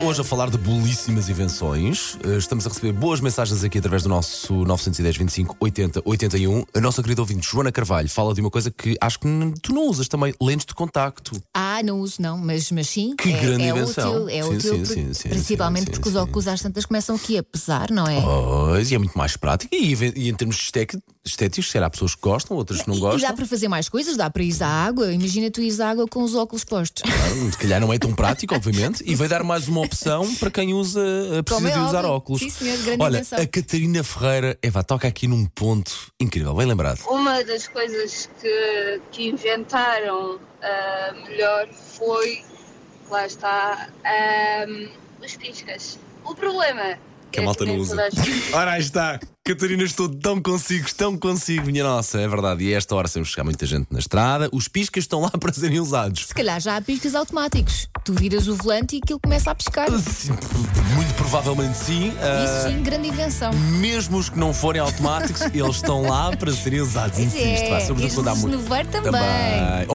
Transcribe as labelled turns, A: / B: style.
A: hoje a falar de belíssimas invenções. Eh, Estamos a receber boas mensagens aqui através do nosso 910 25 80 81. A nossa querida ouvinte Joana Carvalho fala de uma coisa que acho que n- tu não usas também, lentes de contacto.
B: Ah, não uso não, mas, mas sim.
A: Que
B: é,
A: grande
B: é
A: invenção.
B: útil, é
A: Sim,
B: útil,
A: sim,
B: por-
A: sim, sim,
B: principalmente
A: sim, sim,
B: porque os
A: sim.
B: óculos às tantas começam aqui a pesar, não é?
A: Pois, e é muito mais prático. E, even- e em termos de estética- estéticos, será há pessoas que gostam, outras que não
B: E- tá. E dá
A: gostam.
B: para fazer mais coisas, dá para ir à água. Imagina tu ires à água com os óculos postos.
A: Claro, Se calhar não é tão prático, obviamente. E vai dar mais uma opção para quem usa, eh, precisa
B: Como é
A: de usar
B: óbvio.
A: óculos.
B: Sim, senhor, grande
A: Olha,
B: invenção.
A: a Catarina Ferreira, Eva, toca aqui num ponto incrível, bem lembrado.
C: Uma das coisas que, que inventaram ah, melhor foi, lá está, ahm, os piscas. O problema
A: Que a
C: é
A: malta não
C: nem
A: usa.
C: toda a gente
A: Ora, aí está. Catarina, estou tão consigo, tão consigo, minha nossa, é verdade. E a esta hora sempre chegar muita gente na estrada, os piscas estão lá para serem usados.
B: Se calhar já há piscas automáticos. Tu viras o volante e aquilo começa a piscar. Isso
A: Sim, Muito provavelmente sim. Ah,
B: sim, grande invenção.
A: mesmo os que não forem automáticos, eles estão lá para serem usados.
B: Pois
A: Insisto,
B: é,
A: vá, sobretudo
B: e
A: quando há
B: os
A: muito.
B: no ver também.